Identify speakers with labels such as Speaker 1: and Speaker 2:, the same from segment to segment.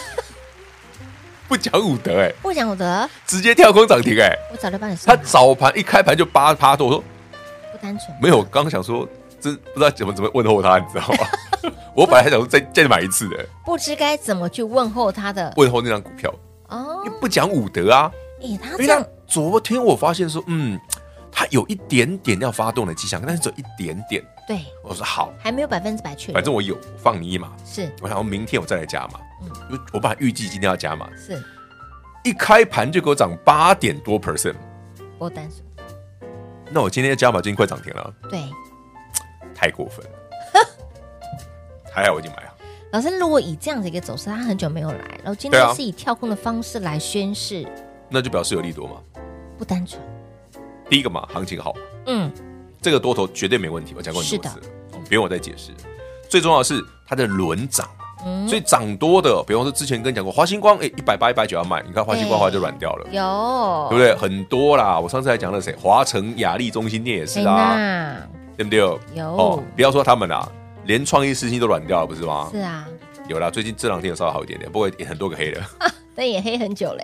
Speaker 1: 不讲武德，哎，
Speaker 2: 不讲我的，
Speaker 1: 直接跳空涨停，哎，
Speaker 2: 我早就帮你送
Speaker 1: 他
Speaker 2: 好
Speaker 1: 早盘一开盘就八趴多，我说
Speaker 2: 不单纯，
Speaker 1: 没有，我刚刚想说，真不知道怎么怎么问候他，你知道吗？ 我本来还想说再再买一次的，
Speaker 2: 不知该怎么去问候他的
Speaker 1: 问候那张股票，
Speaker 2: 哦
Speaker 1: 因为。不讲武德啊。
Speaker 2: 哎，他这
Speaker 1: 因为他
Speaker 2: 样
Speaker 1: 昨天我发现说，嗯，它有一点点要发动的迹象，但是只有一点点，
Speaker 2: 对，
Speaker 1: 我说好，
Speaker 2: 还没有百分之百确认，
Speaker 1: 反正我有我放你一马，
Speaker 2: 是
Speaker 1: 我想明天我再来加码。
Speaker 2: 嗯
Speaker 1: 我我把预计今天要加码，
Speaker 2: 是
Speaker 1: 一开盘就给我涨八点多 percent，
Speaker 2: 波单数，
Speaker 1: 那我今天加码今天快涨停了，
Speaker 2: 对。
Speaker 1: 太过 分了。还好我已经买好，
Speaker 2: 老师，如果以这样的一个走势，他很久没有来，然后今
Speaker 1: 对啊
Speaker 2: 天是以跳空的方式来宣示，
Speaker 1: 那就表示有利多嘛。
Speaker 2: 不单纯。
Speaker 1: 第一个嘛，行情好，
Speaker 2: 嗯，
Speaker 1: 这个多头绝对没问题，我讲过很多
Speaker 2: 是
Speaker 1: 次，哦不用我再解释。最重要的是它的轮涨，
Speaker 2: 嗯
Speaker 1: 所以涨多的，比方说之前跟你讲过华星光，哎，一百八、一百九要卖，你看华
Speaker 2: 哎
Speaker 1: 星光后来就软掉了，
Speaker 2: 有，哎
Speaker 1: 对不对？很多啦，我上次还讲了谁，华城雅丽中心店也是啊，
Speaker 2: 啊，
Speaker 1: 对不对？哦
Speaker 2: 有
Speaker 1: 不要说他们啦，连创意四星都软掉了，不是吗
Speaker 2: 是？啊，
Speaker 1: 有啦，最近这两天有稍微好一点点，不过也很多个黑的，
Speaker 2: 但也黑很久嘞。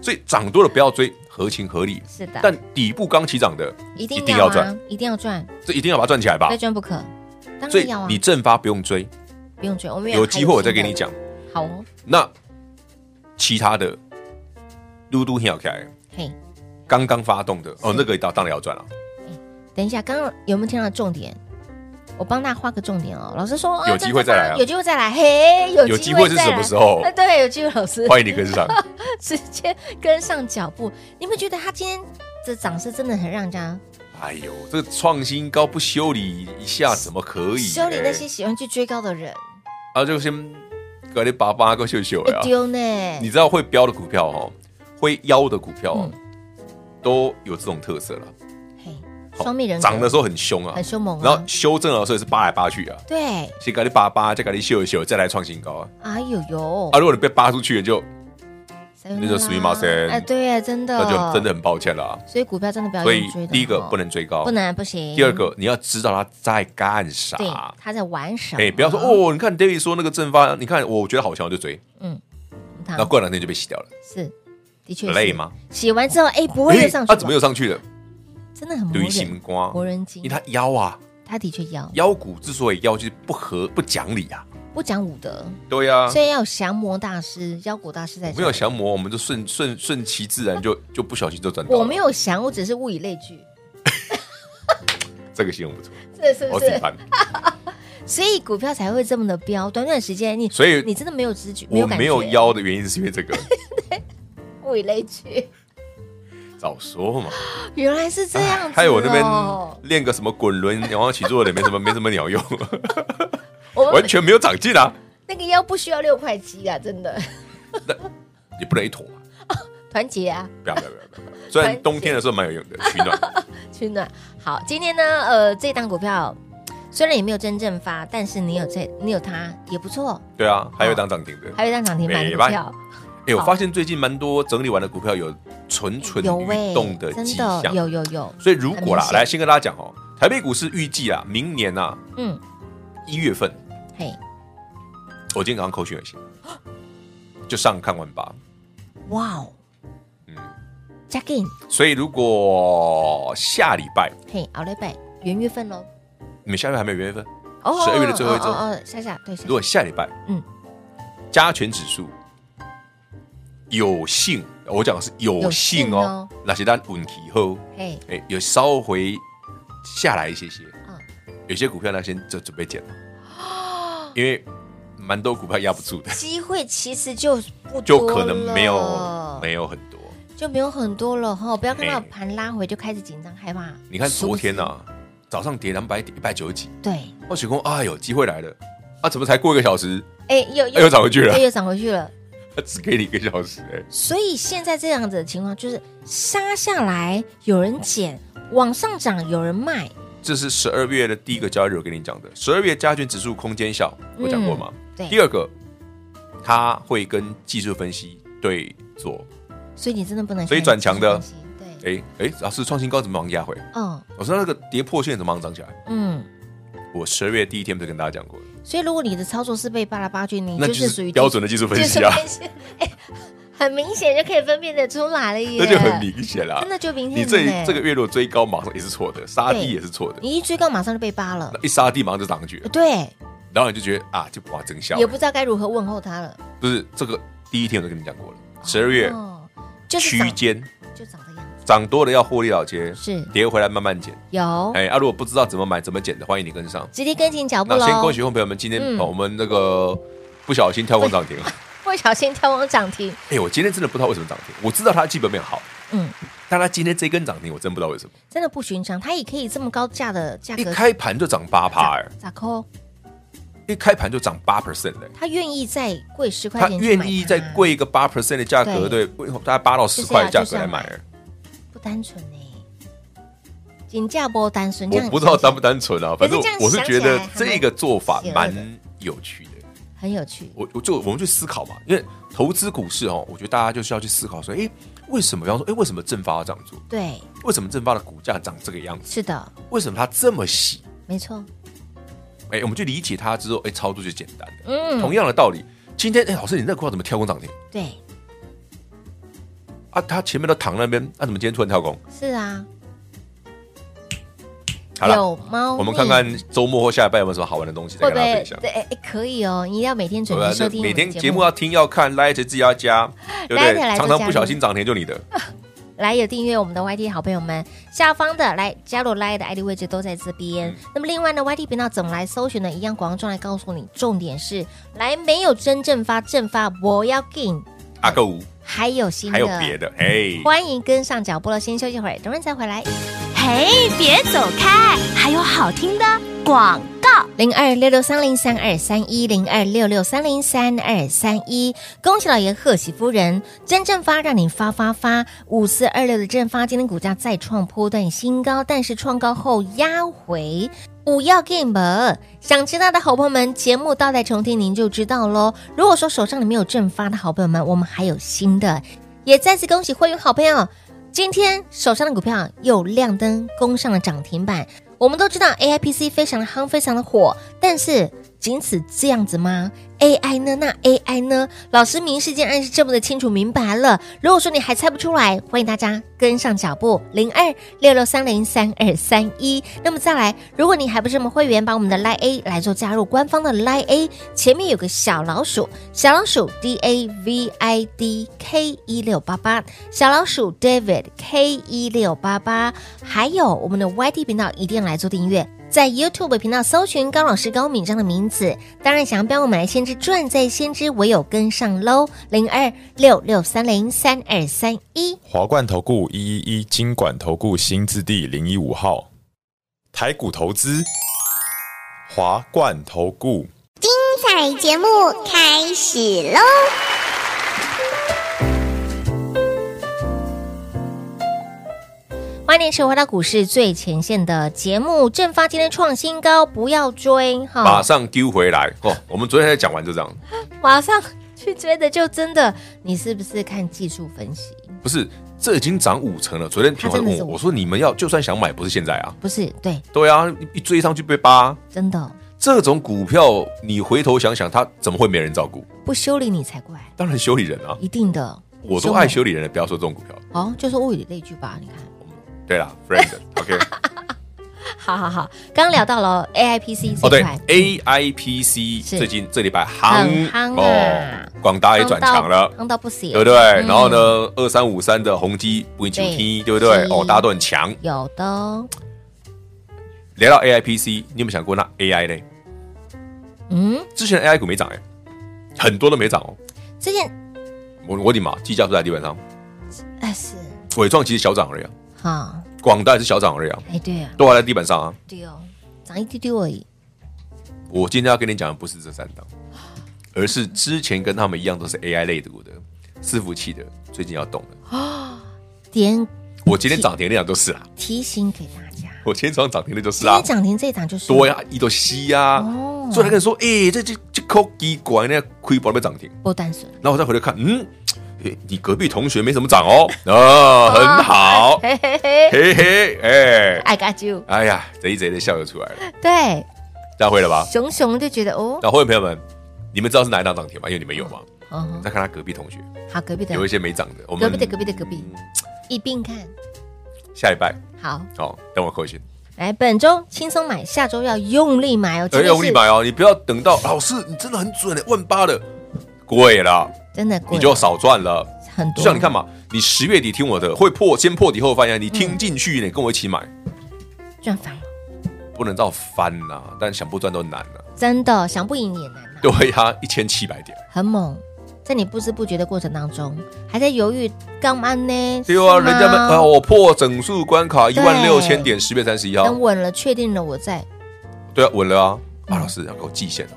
Speaker 1: 所以涨多了不要追，合情合理。
Speaker 2: 是的，
Speaker 1: 但底部刚起涨的，
Speaker 2: 一定
Speaker 1: 定
Speaker 2: 要
Speaker 1: 要赚
Speaker 2: 啊，一定要赚，
Speaker 1: 这一定要把它赚起来吧
Speaker 2: 非。赚不可。当
Speaker 1: 所
Speaker 2: 然
Speaker 1: 以
Speaker 2: 要啊，
Speaker 1: 你正发不用追，
Speaker 2: 不用追，我们
Speaker 1: 有机会我再跟你讲。。
Speaker 2: 好哦，
Speaker 1: 那其他的嘟嘟跳起来，
Speaker 2: 嘿，
Speaker 1: 刚刚发动的哦，那个当当然要赚了。
Speaker 2: 等一下，刚刚有没有听到重点？我帮大家画个重点哦。老师说，啊
Speaker 1: 有机会再来啊
Speaker 2: 有机会再来，嘿，有
Speaker 1: 有
Speaker 2: 机
Speaker 1: 机
Speaker 2: 会
Speaker 1: 会是
Speaker 2: 再
Speaker 1: 什
Speaker 2: 来
Speaker 1: 么时 候
Speaker 2: 哎，对，有机会，老师，
Speaker 1: 欢迎你跟上，
Speaker 2: 直接跟上脚步。你们觉得他今天这涨势真的很让人家
Speaker 1: 哎呦，这个创新高不修理一下怎么可以呢？
Speaker 2: 修理那些喜欢去追高的人？
Speaker 1: 啊，就先给你把八个秀秀
Speaker 2: 会
Speaker 1: 呀。
Speaker 2: 哎丢呢？
Speaker 1: 你知道会标的股票哦，会腰的股票哦，
Speaker 2: 嗯
Speaker 1: 都有这种特色了。
Speaker 2: 嘿，双面人格
Speaker 1: 涨的时候很凶啊，
Speaker 2: 很凶猛啊
Speaker 1: 然后修正的时候也是扒来扒去啊，
Speaker 2: 对，
Speaker 1: 先给你扒扒，再给你秀一秀，再来创新高啊。
Speaker 2: 哎呦呦
Speaker 1: 啊，，如果你被扒出去了就
Speaker 2: 那
Speaker 1: 就属于麻烦
Speaker 2: 哎，对，真的，
Speaker 1: 那就真的，很抱歉了啊。
Speaker 2: 所以股票真的不要
Speaker 1: 所以
Speaker 2: 用追的哦
Speaker 1: 第一个不能追高，
Speaker 2: 不能不行。
Speaker 1: 第二，个你要知道他在干
Speaker 2: 对
Speaker 1: 啥，。
Speaker 2: 他在玩什么？
Speaker 1: 哎，不要说哦，你看 David 说那个正发，你看我觉得好强，我就追，
Speaker 2: 他，
Speaker 1: 那过两天就被洗掉了，
Speaker 2: 是的确是
Speaker 1: 累吗？
Speaker 2: 洗完之后，哎，不会又上去
Speaker 1: 他
Speaker 2: 吧，
Speaker 1: 怎么又上去了？
Speaker 2: 真的很磨
Speaker 1: 对心
Speaker 2: 人，
Speaker 1: 瓜，
Speaker 2: 磨人精
Speaker 1: 因为。他腰啊，
Speaker 2: 他的确要
Speaker 1: 腰股之所以腰就是不合不讲理啊，
Speaker 2: 不讲武德，
Speaker 1: 对呀
Speaker 2: 所，以要有降魔大师、妖股大师在。
Speaker 1: 没有，降啊魔，我们就顺顺顺其自然就就不小心就赚到了。
Speaker 2: 我没有降，我只是物以类聚，
Speaker 1: 这个形容 不错，
Speaker 2: 这是不
Speaker 1: 我自己
Speaker 2: 是？
Speaker 1: 翻，
Speaker 2: 所以股票才会这么的飙，短短时间你，
Speaker 1: 所以
Speaker 2: 你真的没有知觉，
Speaker 1: 我
Speaker 2: 感
Speaker 1: 没有
Speaker 2: 觉，
Speaker 1: 腰的原因是因为这个，
Speaker 2: 物以类聚，
Speaker 1: 早说嘛。
Speaker 2: 原来是这样子、哦。
Speaker 1: 啊还有我那边练个什么滚轮、仰卧起坐的，没什么没什 么鸟用，
Speaker 2: 哦我
Speaker 1: 完
Speaker 2: 们
Speaker 1: 全没有长进啊！
Speaker 2: 那个腰不需要六块肌啊，真的
Speaker 1: 也不能一坨啊，
Speaker 2: 团结啊，
Speaker 1: 不要不要不要不要！虽然冬天的时候蛮有用的，取暖。
Speaker 2: 取暖。好，今天呢，呃，这档股票虽然也没有真正发，但是你有这，你有它也不错，
Speaker 1: 对啊，还有一档涨停的。
Speaker 2: 还有一档涨停板的股票，
Speaker 1: 哎，我发现最近蛮多整理完的股票有蠢蠢
Speaker 2: 有喂、
Speaker 1: 欲动的
Speaker 2: 真
Speaker 1: 迹
Speaker 2: 的
Speaker 1: 象，
Speaker 2: 有有有，
Speaker 1: 所以如果啦
Speaker 2: 很明，显
Speaker 1: 来先跟大家讲哦，台北股市预计啊，明年啊
Speaker 2: 嗯，
Speaker 1: 一月份，
Speaker 2: 嘿，
Speaker 1: 我今天早上扣讯而行，就上看万八。
Speaker 2: 哇哦，
Speaker 1: 嗯，
Speaker 2: 加进，
Speaker 1: 所以如果下礼拜，
Speaker 2: 嘿，奥利拜，元月份喽。
Speaker 1: 你们下个月还没有元月份，
Speaker 2: 哦
Speaker 1: 12月的最后一周
Speaker 2: 哦哦，哦下下对，下下
Speaker 1: 如果下礼拜，
Speaker 2: 嗯
Speaker 1: 嗯，加权指数有幸，我讲的是有幸
Speaker 2: 有
Speaker 1: 哦
Speaker 2: 幸，
Speaker 1: 那些单稳以后，
Speaker 2: 嘿，
Speaker 1: 哎，有稍回下来一些些，
Speaker 2: 嗯
Speaker 1: 有些股票那先就准备减了，因为蛮多股票压不住的，
Speaker 2: 机会其实就不多
Speaker 1: 就可能没有
Speaker 2: 了
Speaker 1: 没有很多。
Speaker 2: 就没有很多了哈，不要看到
Speaker 1: 哎
Speaker 2: 盘拉回就开始紧张害怕。
Speaker 1: 你看昨天啊
Speaker 2: 呢、
Speaker 1: 呐，早上跌两百一百九十几，
Speaker 2: 对，
Speaker 1: 我想说，哎呦，机会来了，啊，怎么才过一个小时，
Speaker 2: 哎，又
Speaker 1: 哎又涨回去了
Speaker 2: 对，又涨回去了。
Speaker 1: 只给你一个小时，哎，
Speaker 2: 所以现在这样子的情况就是杀下来有人捡，往上涨有人卖，
Speaker 1: 这是十二月的第一个交易日，我跟你讲的。十二月加权指数空间小，我讲过嘛。
Speaker 2: 嗯对
Speaker 1: 第二个，它会跟技术分析对做。
Speaker 2: 所以你真的不能。
Speaker 1: 所以转强的，
Speaker 2: 对，
Speaker 1: 哎哎，老师创新高怎么往压回？
Speaker 2: 嗯
Speaker 1: 老师那个跌破线怎么往上涨起来？
Speaker 2: 嗯，
Speaker 1: 我十二月第一天不是跟大家讲过的，
Speaker 2: 所以如果你的操作是被扒拉扒去，你
Speaker 1: 那
Speaker 2: 就
Speaker 1: 就是
Speaker 2: 属于
Speaker 1: 是标准的技术分析
Speaker 2: 就
Speaker 1: 啊，
Speaker 2: 是分析哎，很明显就可以分辨得出来了耶，
Speaker 1: 那就很明显啦
Speaker 2: 真。的就明天
Speaker 1: 你这
Speaker 2: 耶
Speaker 1: 一这个月如果追高，马上也是错的，杀
Speaker 2: 对
Speaker 1: 低也是错的，
Speaker 2: 你一追高马上就被扒了
Speaker 1: 那，一杀低马上就涨上去了，
Speaker 2: 对，
Speaker 1: 然后你就觉得啊，就哇真香
Speaker 2: 也，不知道该如何问候他了。
Speaker 1: 不是这个第一天我就跟你讲过了，十二月
Speaker 2: 哦，就是
Speaker 1: 区
Speaker 2: 长
Speaker 1: 间
Speaker 2: 就长这样子，
Speaker 1: 涨多的要获利了结，
Speaker 2: 是
Speaker 1: 跌回来慢慢减。
Speaker 2: 有
Speaker 1: 哎，啊，如果不知道怎么买怎么减的，欢迎你跟上。
Speaker 2: 直接跟紧脚步
Speaker 1: 那
Speaker 2: 喽。
Speaker 1: 先恭喜会员朋友们，今天
Speaker 2: 嗯
Speaker 1: 哦我们那个不小心跳空涨停了。
Speaker 2: 不小心跳往涨停，
Speaker 1: 哎，我今天真的不知道为什么涨停，我知道它基本面好，
Speaker 2: 嗯，
Speaker 1: 但它今天这根涨停我真不知道为什么，
Speaker 2: 真的不寻常，它也可以这么高价的价
Speaker 1: 一
Speaker 2: 格
Speaker 1: 开盘就涨八趴，哎，
Speaker 2: 咋扣？
Speaker 1: 一开盘就涨八 percent 哎。
Speaker 2: 他愿意再贵十块
Speaker 1: 他
Speaker 2: 钱去买
Speaker 1: 愿
Speaker 2: 它，
Speaker 1: 意在贵一个八 percent 的价格，
Speaker 2: 对
Speaker 1: 对，贵大概八到十块的价格来买
Speaker 2: 就是要。不单纯呢、金价波单纯，这
Speaker 1: 我
Speaker 2: 样
Speaker 1: 不知道
Speaker 2: 想
Speaker 1: 单
Speaker 2: 起
Speaker 1: 不
Speaker 2: 来
Speaker 1: 单纯啊，
Speaker 2: 可
Speaker 1: 反
Speaker 2: 是
Speaker 1: 正
Speaker 2: 这样
Speaker 1: 我是
Speaker 2: 想
Speaker 1: 觉
Speaker 2: 起来
Speaker 1: 得这个做法
Speaker 2: 还蛮
Speaker 1: 蛮
Speaker 2: 邪恶的
Speaker 1: 有趣的。
Speaker 2: 很有趣，
Speaker 1: 我我就我们去思考嘛，因为投资股市哦，我觉得大家就是要去思考说，诶，为什么？比方说，诶，为什么正发要这样做？
Speaker 2: 对，
Speaker 1: 为什么正发的股价长这个样子？
Speaker 2: 是的，
Speaker 1: 为什么它这么细？
Speaker 2: 没错，
Speaker 1: 诶，我们去理解它之后，诶，操作就简单了。
Speaker 2: 嗯，
Speaker 1: 同样的道理，今天诶，老师，你那个股票怎么跳空涨停
Speaker 2: 对，
Speaker 1: 啊？它前面都躺那边，那、怎么今天突然跳空？
Speaker 2: 是啊，
Speaker 1: 好了，
Speaker 2: 有猫腻，
Speaker 1: 我们看看周末或下礼拜有没有什么好玩的东西，再
Speaker 2: 会不
Speaker 1: 跟大家
Speaker 2: 会
Speaker 1: 分享。
Speaker 2: 对，哎、哎可以哦，你一定要每天
Speaker 1: 对
Speaker 2: 准
Speaker 1: 吧
Speaker 2: 时？收听我
Speaker 1: 那每
Speaker 2: 们
Speaker 1: 天
Speaker 2: 的
Speaker 1: 节
Speaker 2: 节
Speaker 1: 目
Speaker 2: 目，
Speaker 1: 要听要看，拉一节自己要加，对不
Speaker 2: Lite
Speaker 1: 对？
Speaker 2: 来做
Speaker 1: 常常
Speaker 2: 加
Speaker 1: 不小
Speaker 2: 入
Speaker 1: 心涨停就你的，
Speaker 2: 来有订阅我们的 YT 好朋友们，下方的来加入 Line 的 ID 位置都在这
Speaker 1: 嗯
Speaker 2: 边。那么另外呢，YT 频道怎么来搜寻呢？一样广告中来告诉你，重点是来没有真正发正发，我要 gain，
Speaker 1: 阿购五
Speaker 2: 还有新的，
Speaker 1: 还有别的，哎。
Speaker 2: 欢迎跟上脚步了，先休息会儿，等会儿再回来。
Speaker 3: 嘿，别走开，还有好听的广告。
Speaker 2: 零二六六三零三二三一零二六六三零三二三一，恭喜老爷贺喜夫人，真正发让你发发发！五四二六的正发今天股价再创波段新高，但是创高后压回。不要 game，想知道的好朋友们，节目倒带重听您就知道喽。如果说手上你没有正发的好朋友们，我们还有新的，也再次恭喜会员好朋友，今天手上的股票又亮灯攻上了涨停板。我们都知道 AIPC 非常的夯，非常的火，但是仅此这样子吗？AI 呢？那 AI 呢？老师明示间暗示这么的清楚明白了。如果说你还猜不出来，欢迎大家跟上脚步，零二六六三零三二三一。那么再来，如果你还不是我们会员，把我们的 Line A 来做加入官方的 Line A，前面有个小老鼠，小老鼠 D A V I D K 一六八八，小老鼠 David K 一六八八，还有我们的 YT 频道一定要来做订阅。在 YouTube 频道搜寻高老师高敏章的名字，当然想要标我们来先知赚在先知，唯有跟上喽。零二六六三零三二三一，
Speaker 4: 华冠投顾一一一金管投顾新字第零一五号，台股投资，华冠投顾。
Speaker 5: 彩节目开始喽！
Speaker 2: 欢迎您收回到股市最前线的节目，正发今天创新高，不要追
Speaker 1: 马
Speaker 2: 哈，
Speaker 1: 上丢回来哦！我们昨天才讲完就这样，
Speaker 2: 马上去追的就真的，你是不是看技术分析？
Speaker 1: 不是这已经涨五成了。昨天平
Speaker 2: 它
Speaker 1: 华
Speaker 2: 真的
Speaker 1: 问
Speaker 2: 是
Speaker 1: 我，
Speaker 2: 五
Speaker 1: 我说你们要就算想买，不是现在啊？
Speaker 2: 不是，对，
Speaker 1: 对啊，一追上去被扒，
Speaker 2: 真的
Speaker 1: 这种股票你回头想想，它怎么会没人照顾？
Speaker 2: 不修理你才怪，
Speaker 1: 当然修理人啊，
Speaker 2: 一定的。
Speaker 1: 我都爱修理人的，不要说这种股票。
Speaker 2: 哦，就是物以类聚吧，你看。
Speaker 1: 对啦，friend，OK，
Speaker 2: 好好好，刚聊到了 AIPC
Speaker 1: 哦
Speaker 2: 这
Speaker 1: 对
Speaker 2: 一块，嗯
Speaker 1: ，AIPC
Speaker 2: 是
Speaker 1: 最近这礼拜
Speaker 2: 很
Speaker 1: 夯
Speaker 2: 夯啊
Speaker 1: 哦，广达也转强了。
Speaker 2: 夯到不行，
Speaker 1: 对不对？然后呢，二三五三的宏基不会九
Speaker 2: 对
Speaker 1: T，对不对？
Speaker 2: 是
Speaker 1: 哦，大家都很强。
Speaker 2: 有的哦，
Speaker 1: 聊到 AIPC，你有没有想过那 AI 呢？
Speaker 2: 嗯，
Speaker 1: 之前的 AI 股没涨哎、很多都没涨哦。
Speaker 2: 之前
Speaker 1: 我我的妈，技嘉不在地板上，
Speaker 2: 哎是，
Speaker 1: 伟创其实小涨而已、啊，
Speaker 2: 好，
Speaker 1: 广大也是小涨而已、啊，
Speaker 2: 哎对啊，
Speaker 1: 都还在地板上啊。
Speaker 2: 对哦，长一丢丢而已，
Speaker 1: 我今天要跟你讲的不是这三档，而是之前跟他们一样都是 AI 类的股的伺服器的，最近要动了。
Speaker 2: 点
Speaker 1: 我今天涨停那档就是啦，
Speaker 2: 提醒给大家，
Speaker 1: 我今天早上涨停的就是
Speaker 2: 今天
Speaker 1: 啦，
Speaker 2: 涨停这一档就是
Speaker 1: 多呀，一都吸呀
Speaker 2: 哦。
Speaker 1: 所以他跟你说，哎，这这这口奇怪，那亏本被涨停。
Speaker 2: 不单纯，
Speaker 1: 然后我再回头看，嗯，诶你隔壁同学没怎么涨哦，啊，很好，
Speaker 2: 嘿嘿嘿
Speaker 1: 嘿嘿，哎，
Speaker 2: ，I got you，
Speaker 1: 哎呀，贼贼的笑就出来了，
Speaker 2: 对，
Speaker 1: 大家会了吧？
Speaker 2: 熊熊就觉得哦，
Speaker 1: 那会员朋友们，你们知道是哪一档涨停吗？因为你们有嘛。
Speaker 2: 嗯，
Speaker 1: 再看他隔壁同学，
Speaker 2: 好，隔壁的
Speaker 1: 哦有一些没涨的，我
Speaker 2: 隔
Speaker 1: 们
Speaker 2: 壁的隔壁的隔壁一并看
Speaker 1: 下礼拜
Speaker 2: 好。
Speaker 1: 哦，等我扣钱，
Speaker 2: 来，本周轻松买，下周要用力买哦，
Speaker 1: 哎，
Speaker 2: 真的
Speaker 1: 用力
Speaker 2: 是
Speaker 1: 买哦，你不要等到老师，你真的很准的，万八的贵了，
Speaker 2: 真的贵，啊
Speaker 1: 你就少赚了，
Speaker 2: 很
Speaker 1: 就
Speaker 2: 多。
Speaker 1: 像你看嘛，你十月底听我的会破，先破底后翻呀，你听进去，你跟我一起买，
Speaker 2: 嗯赚翻了，
Speaker 1: 不能到翻呐、但想不赚都难了、
Speaker 2: 真的想不赢你也难啊，
Speaker 1: 对呀、 一千七百点，
Speaker 2: 很猛。在你不知不觉的过程当中，还在犹豫干嘛呢？
Speaker 1: 对啊，
Speaker 2: 是吗
Speaker 1: 人家们啊，我破整数关卡一
Speaker 2: 对
Speaker 1: 万六千点，十月三十一号，
Speaker 2: 等稳了，确定了，我在
Speaker 1: 对啊，稳了啊，啊，老师要给我季线哦，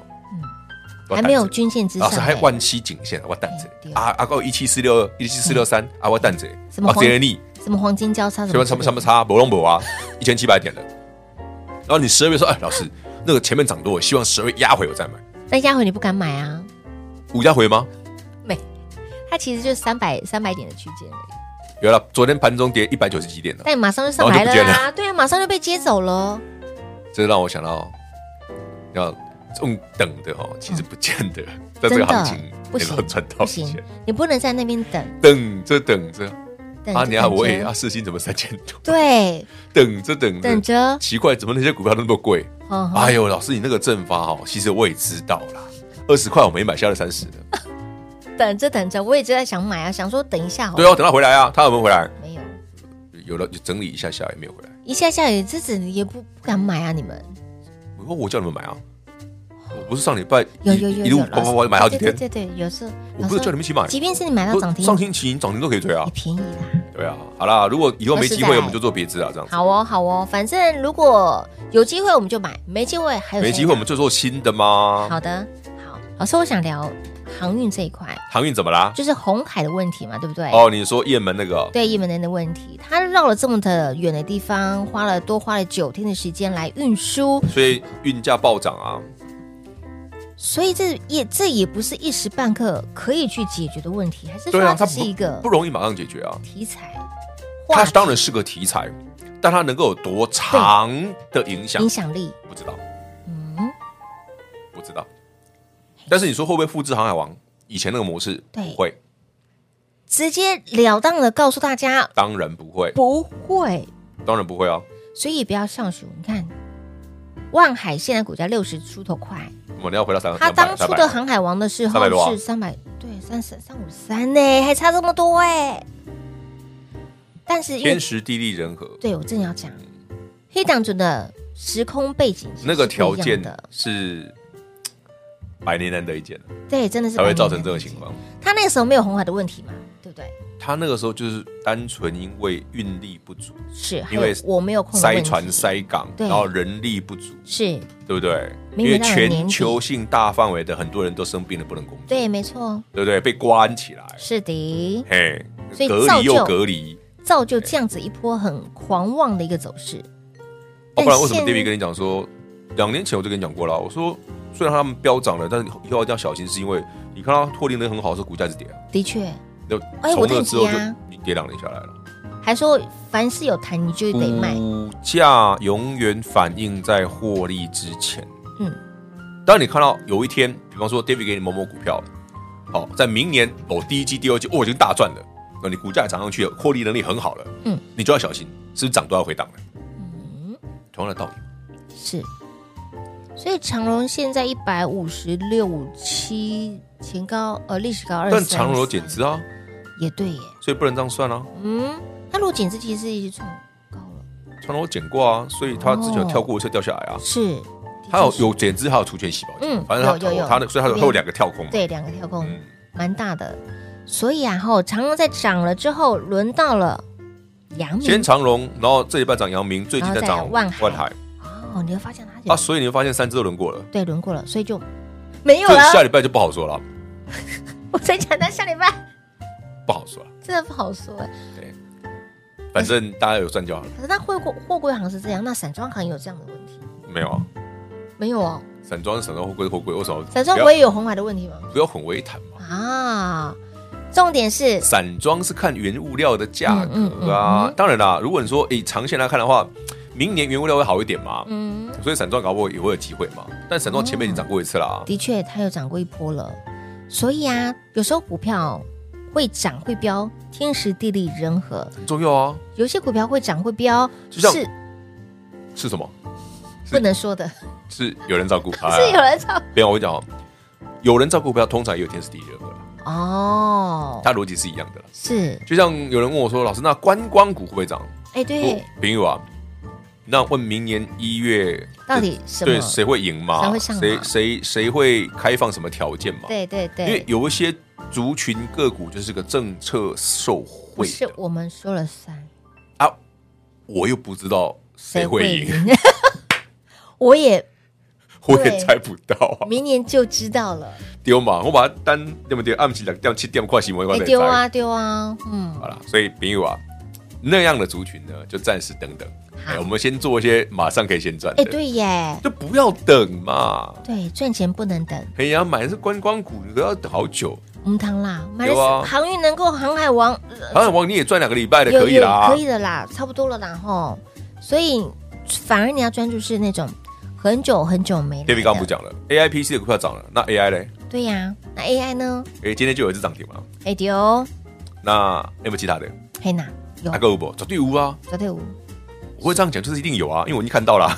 Speaker 2: 嗯还
Speaker 1: 我胆子
Speaker 2: 没有均线之上
Speaker 1: 老
Speaker 2: 欸，
Speaker 1: 师还万七颈线，我蛋子
Speaker 2: 哎对嗯
Speaker 1: 啊啊，够一七四六一七四六三啊，我蛋子
Speaker 2: 什么
Speaker 1: 啊，
Speaker 2: 黄
Speaker 1: 这你
Speaker 2: 什么黄金交叉什
Speaker 1: 什
Speaker 2: 么
Speaker 1: 么什么什么差，不用不啊，一千七百点了，然后你十二月说，哎，老师那个前面涨多，希望十二月压回我再买，
Speaker 2: 那压回你不敢买啊？
Speaker 1: 五压回吗？
Speaker 2: 没，它其实就是三百三百点的区间而已，
Speaker 1: 有了，昨天盘中跌一百九十几点了，
Speaker 2: 但你马上就上
Speaker 1: 然后
Speaker 2: 来
Speaker 1: 就
Speaker 2: 了
Speaker 1: 不见
Speaker 2: 啊！对啊，马上就被接走了。
Speaker 1: 这让我想到哦要用等的哦，其实不见得，在这个行情
Speaker 2: 嗯不
Speaker 1: 能
Speaker 2: 行
Speaker 1: 够赚，到
Speaker 2: 不
Speaker 1: 钱
Speaker 2: 行，，你不能在那边等
Speaker 1: 等着等着
Speaker 2: 等
Speaker 1: 啊，
Speaker 2: 着
Speaker 1: 你看
Speaker 2: 等
Speaker 1: 我也
Speaker 2: 着
Speaker 1: 啊，四星怎么三千多？
Speaker 2: 对，
Speaker 1: 等着等着
Speaker 2: 等着哦
Speaker 1: 奇怪，怎么那些股票都那么贵？
Speaker 2: 嗯
Speaker 1: 哎呦，老师，你那个正发哦，其实我也知道啦，二十块我没买，下了三十
Speaker 2: 哦
Speaker 1: 的。
Speaker 2: 等着等着，我也就在想买啊，想说等一下好
Speaker 1: 对
Speaker 2: 了，
Speaker 1: 哦，等他回来啊，他有没有回来？
Speaker 2: 没有
Speaker 1: 有了，就整理一下下，也没有回来。
Speaker 2: 一下下也自己也不不敢买啊，你们
Speaker 1: 我说我叫你们买啊，我不是上礼拜
Speaker 2: 有
Speaker 1: 一
Speaker 2: 有有
Speaker 1: 一路
Speaker 2: 有，
Speaker 1: 呱
Speaker 2: 老
Speaker 1: 呱
Speaker 2: 师
Speaker 1: 呱买好几
Speaker 2: 对
Speaker 1: 天，
Speaker 2: 对对，对有时候
Speaker 1: 我不是叫你们一起买
Speaker 2: 老师即便是你买到涨停，
Speaker 1: 上星期涨停都可以追啊
Speaker 2: 也，便宜啦。
Speaker 1: 对啊。好啦，如果以后没
Speaker 2: 说
Speaker 1: 机
Speaker 2: 实
Speaker 1: 会，
Speaker 2: 在
Speaker 1: 我们就做别致啊，这样子。
Speaker 2: 好哦，好哦，反正如果有机会我们就买，没机会还有
Speaker 1: 没
Speaker 2: 谁
Speaker 1: 机会我
Speaker 2: 买
Speaker 1: 们就做啊新的嘛。
Speaker 2: 好的，好，老师，我想聊航运这一块，
Speaker 1: 航运怎么啦？
Speaker 2: 就是红海的问题嘛，对不对？
Speaker 1: 哦，你说雁门那个
Speaker 2: 对叶门人的问题，他绕了这么的远的地方，花了多花了九天的时间来运输，
Speaker 1: 所以运价暴涨啊，
Speaker 2: 所以这也这也不是一时半刻可以去解决的问题，还是说
Speaker 1: 对啊，
Speaker 2: 它
Speaker 1: 它
Speaker 2: 只是一个
Speaker 1: 不不容易马上解决啊。
Speaker 2: 题材，
Speaker 1: 它
Speaker 2: 话
Speaker 1: 当然是个题材，但它能够有多长的影响
Speaker 2: 影，响力，
Speaker 1: 不知道，
Speaker 2: 嗯，
Speaker 1: 不知道。但是你说会不会复制《航海王》以前那个模式？
Speaker 2: 对
Speaker 1: 不会，
Speaker 2: 直截了当的告诉大家
Speaker 1: 当然不会，
Speaker 2: 不会，
Speaker 1: 当然不会啊！
Speaker 2: 所以不要上手。你看，万海现在股价六十出头快，
Speaker 1: 我们要回到三，
Speaker 2: 他
Speaker 1: 200
Speaker 2: 当初
Speaker 1: 300
Speaker 2: 的航海王的时
Speaker 1: 300多啊
Speaker 2: 候是三百，对，三十三五三呢，还差这么多哎。但是因为
Speaker 1: 天时地利人和，
Speaker 2: 对我正要讲，黑党准的时空背景是
Speaker 1: 那个条
Speaker 2: 不一样
Speaker 1: 件
Speaker 2: 的，
Speaker 1: 是百年难得一见，
Speaker 2: 对，真的是
Speaker 1: 才会
Speaker 2: 蛮
Speaker 1: 造成
Speaker 2: 难
Speaker 1: 这个
Speaker 2: 的
Speaker 1: 情。况。
Speaker 2: 他那个时候没有红海的问题嘛，对不对？
Speaker 1: 他那个时候就是单纯因为运力不足，
Speaker 2: 是，还
Speaker 1: 因为
Speaker 2: 有我没有空的
Speaker 1: 塞
Speaker 2: 问题
Speaker 1: 船塞港，
Speaker 2: 对
Speaker 1: 然后人力不足，
Speaker 2: 是
Speaker 1: 对不对？
Speaker 2: 明
Speaker 1: 因
Speaker 2: 年到
Speaker 1: 为
Speaker 2: 了年底
Speaker 1: 全球性大范围的很多人都生病了，不能工作，
Speaker 2: 对，没错，
Speaker 1: 对不对？被关起来，
Speaker 2: 是的，
Speaker 1: 嘿
Speaker 2: 所以，
Speaker 1: 隔
Speaker 2: 造
Speaker 1: 离又
Speaker 2: 就
Speaker 1: 隔离，
Speaker 2: 造就这样子一波很狂妄的一个走势。
Speaker 1: 哦，
Speaker 2: 但
Speaker 1: 不然为什么
Speaker 2: 现
Speaker 1: David 跟你讲说，两年前我就跟你讲过了，我说虽然他们飙涨了，但是以后一定要小心，是因为你看到获利能力很好，是股价一直跌啊，
Speaker 2: 的确，
Speaker 1: 就
Speaker 2: 哎
Speaker 1: 从
Speaker 2: 我
Speaker 1: 那
Speaker 2: 认
Speaker 1: 之后
Speaker 2: 识
Speaker 1: 就
Speaker 2: 啊
Speaker 1: 你跌两年下来了，
Speaker 2: 还说凡是有谈你就得卖，
Speaker 1: 股价永远反映在获利之前。
Speaker 2: 嗯，
Speaker 1: 当你看到有一天，比方说 David 给你某某股票，好，在明年我第一季、第二季哦我已经大赚了，那你股价也涨上去了，获利能力很好了，
Speaker 2: 嗯，
Speaker 1: 你就要小心，是不是涨都要回档了？同样的道理。
Speaker 2: 是。所以长荣现在一百五十六五七前高，呃，历史高二，
Speaker 1: 但长荣有减资啊，
Speaker 2: 也对耶，
Speaker 1: 所以不能这样算啊。
Speaker 2: 嗯，它如果减资其实已经创高了，
Speaker 1: 长荣有减过啊，所以它之前有跳过一次掉下来啊。
Speaker 2: 是，
Speaker 1: 它有
Speaker 2: 的确是
Speaker 1: 有减资，还有除权洗保金，
Speaker 2: 哦嗯
Speaker 1: 反正它
Speaker 2: 有有有
Speaker 1: 它的，所以它有
Speaker 2: 这边
Speaker 1: 它有两个跳空嘛。
Speaker 2: 对两个跳空，
Speaker 1: 嗯，
Speaker 2: 蛮大的。所以啊，吼，长荣在涨了之后，轮到了阳明，
Speaker 1: 先长荣，然后这一半涨阳明，最近
Speaker 2: 然后
Speaker 1: 在
Speaker 2: 再
Speaker 1: 涨
Speaker 2: 万海
Speaker 1: 万海
Speaker 2: 哦，你会发现它有、
Speaker 1: 啊，所以你会发现三只都轮过了，
Speaker 2: 对轮过了，所以就没有
Speaker 1: 这下
Speaker 2: 了。
Speaker 1: 礼拜就不好说了，
Speaker 2: 我再讲到下礼拜，
Speaker 1: 不好说了。
Speaker 2: 真的不好说哎。嗯
Speaker 1: 反正大家有赚就好了，
Speaker 2: 可是那货柜货柜行是这样，那散装行有这样的问题
Speaker 1: 没有啊？
Speaker 2: 没有哦？
Speaker 1: 散装是散装货柜是货柜，为什么？
Speaker 2: 散装
Speaker 1: 不要
Speaker 2: 不会有红海的问题吗？
Speaker 1: 不要混为一谈嘛。
Speaker 2: 啊，重点是
Speaker 1: 散装是看原物料的价
Speaker 2: 嗯嗯
Speaker 1: 格啊，当然啦，如果你说以长线来看的话，明年原物料会好一点嘛，
Speaker 2: 嗯，
Speaker 1: 所以散装搞不好也会有机会嘛。但散装前面已经涨过一次啦、啊，
Speaker 2: 的确它又涨过一波了。所以啊，有时候股票会涨会飙，天时地利人和。
Speaker 1: 很重要啊。
Speaker 2: 有些股票会涨会飙，
Speaker 1: 就像
Speaker 2: 是
Speaker 1: 是什么？
Speaker 2: 不能说的，
Speaker 1: 是有人照顾，
Speaker 2: 是有
Speaker 1: 哎。
Speaker 2: 人唱
Speaker 1: 别，我跟你讲哦，有人照顾股票，通常也有天时地利人和啦。
Speaker 2: 哦，
Speaker 1: 它逻辑是一样的啦。
Speaker 2: 是，
Speaker 1: 就像有人问我说：“老师，那观光股会不会涨
Speaker 2: 哎，？”
Speaker 1: 我
Speaker 2: 对，
Speaker 1: 朋友啊，那问明年一月
Speaker 2: 到底什么
Speaker 1: 对谁会赢嘛？
Speaker 2: 谁会上嘛
Speaker 1: 谁谁谁会开放什么条件嘛？
Speaker 2: 对对
Speaker 1: 因为
Speaker 2: 对，
Speaker 1: 有一些族群个股就是个政策受
Speaker 2: 不
Speaker 1: 贿的
Speaker 2: 是我们说了算，
Speaker 1: 啊，我又不知道谁会赢，？
Speaker 2: 我也
Speaker 1: 我也猜不到啊，
Speaker 2: 明年就知道了，
Speaker 1: 丢嘛！我把它单对不对？暗期两掉七点块行为
Speaker 2: 哎
Speaker 1: 关，的
Speaker 2: 丢啊丢啊，嗯，
Speaker 1: 好啦，所以朋友啊，那样的族群呢，就暂时等等。
Speaker 2: 好
Speaker 1: 哎，我们先做一些马上可以先赚的，
Speaker 2: 哎，对耶，
Speaker 1: 就不要等嘛。
Speaker 2: 对，赚钱不能等，
Speaker 1: 哎呀，买的是观光股，你都要等好久。
Speaker 2: 无糖啦，买的
Speaker 1: 有啊
Speaker 2: 是航运能够航海王，呃
Speaker 1: 航海王你也赚两个礼拜的，
Speaker 2: 有
Speaker 1: 哎可以啦。
Speaker 2: 有可以的啦，差不多了啦吼，所以反而你要专注是那种很久很久没来的
Speaker 1: David 刚刚不讲了，AIPC 的股票涨了，那 AI 嘞？
Speaker 2: 对呀，那 AI 呢？
Speaker 1: 哎，今天就有一只涨停嘛。
Speaker 2: 哎丢，
Speaker 1: 那有没有其他的？
Speaker 2: 嘿娜有
Speaker 1: 阿哥有不？绝对有啊！
Speaker 2: 小队伍
Speaker 1: 我会这样讲，就是一定有啊，因为我已经看到了，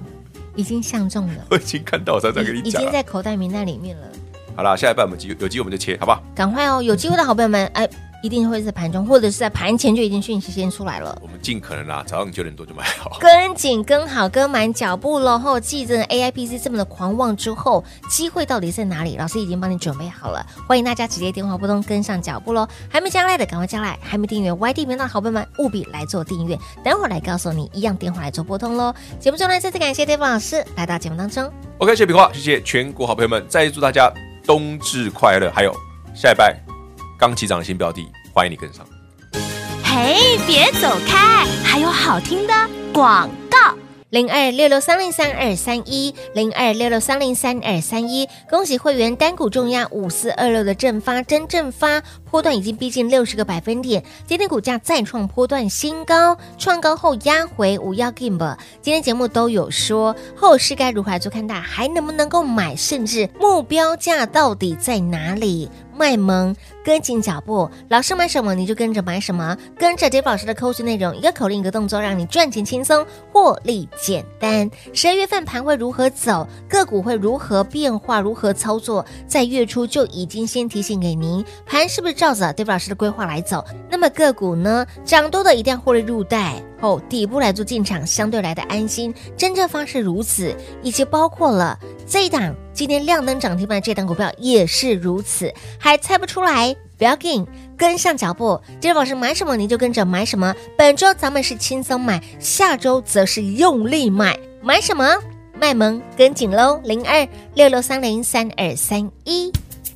Speaker 2: 已经相中了。
Speaker 1: 我已经看到，我才才跟
Speaker 2: 已
Speaker 1: 你
Speaker 2: 已
Speaker 1: 讲
Speaker 2: 经
Speaker 1: 啊。
Speaker 2: 在口袋名单里面了，
Speaker 1: 好啦，下一半我们机有机会我们就切，好不好？
Speaker 2: 赶快哦！有机会的好朋友们，哎，一定会在盘中，或者是在盘前就已经讯息先出来了。
Speaker 1: 我们尽可能啦，早上九点多就买好。
Speaker 2: 跟紧、跟好、跟满脚步喽！后继这 AIPC 这么的狂妄之后，机会到底在哪里？老师已经帮你准备好了，欢迎大家直接电话拨通跟上脚步喽！还没加来的赶快加来，还没订阅 YT 频道的好朋友们务必来做订阅，等会儿来告诉你一样电话来做拨通喽！节目中呢，再次感谢 d a 老师来到节目当中，
Speaker 1: OK，谢谢平话，谢谢全国好朋友们，再次祝大家冬至快乐！还有下一拜刚起涨的新标的，欢迎你跟上。
Speaker 3: 嘿，别走开，还有好听的广告。
Speaker 2: 零二六六三零三二三一，零二六六三零三二三一。恭喜会员单股重压五四二六的正发真正发，波段已经逼近六十个百分点，今天股价再创波段新高，创高后压回五要 game。今天节目都有说后市该如何来做看待，还能不能够买，甚至目标价到底在哪里？卖萌，跟紧脚步，老师买什么你就跟着买什么，跟着 d a v 老师的扣讯内容，一个口令一个动作，让你赚钱轻松，获利简单。十二月份盘会如何走，个股会如何变化，如何操作，在月初就已经先提醒给您，盘是不是照着 d a v 老师的规划来走？那么个股呢，涨多的一定要获利入袋。后底部来做进场，相对来的安心。真正方式如此，以及包括了这一档今天亮灯涨停板的这档股票也是如此。还猜不出来，不要紧，跟上脚步。今天老师买什么你就跟着买什么。本周咱们是轻松买，下周则是用力买，买什么？卖萌跟紧喽，零二六六三零三二三一。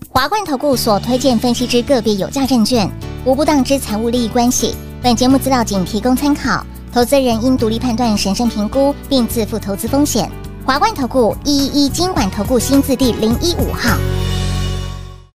Speaker 5: 华冠投顾所推荐分析之个别有价证券，无不当之财务利益关系。本节目资料仅提供参考，投资人应独立判断、审慎评估，并自负投资风险。华冠投顾一一一金管投顾新字第零一五号。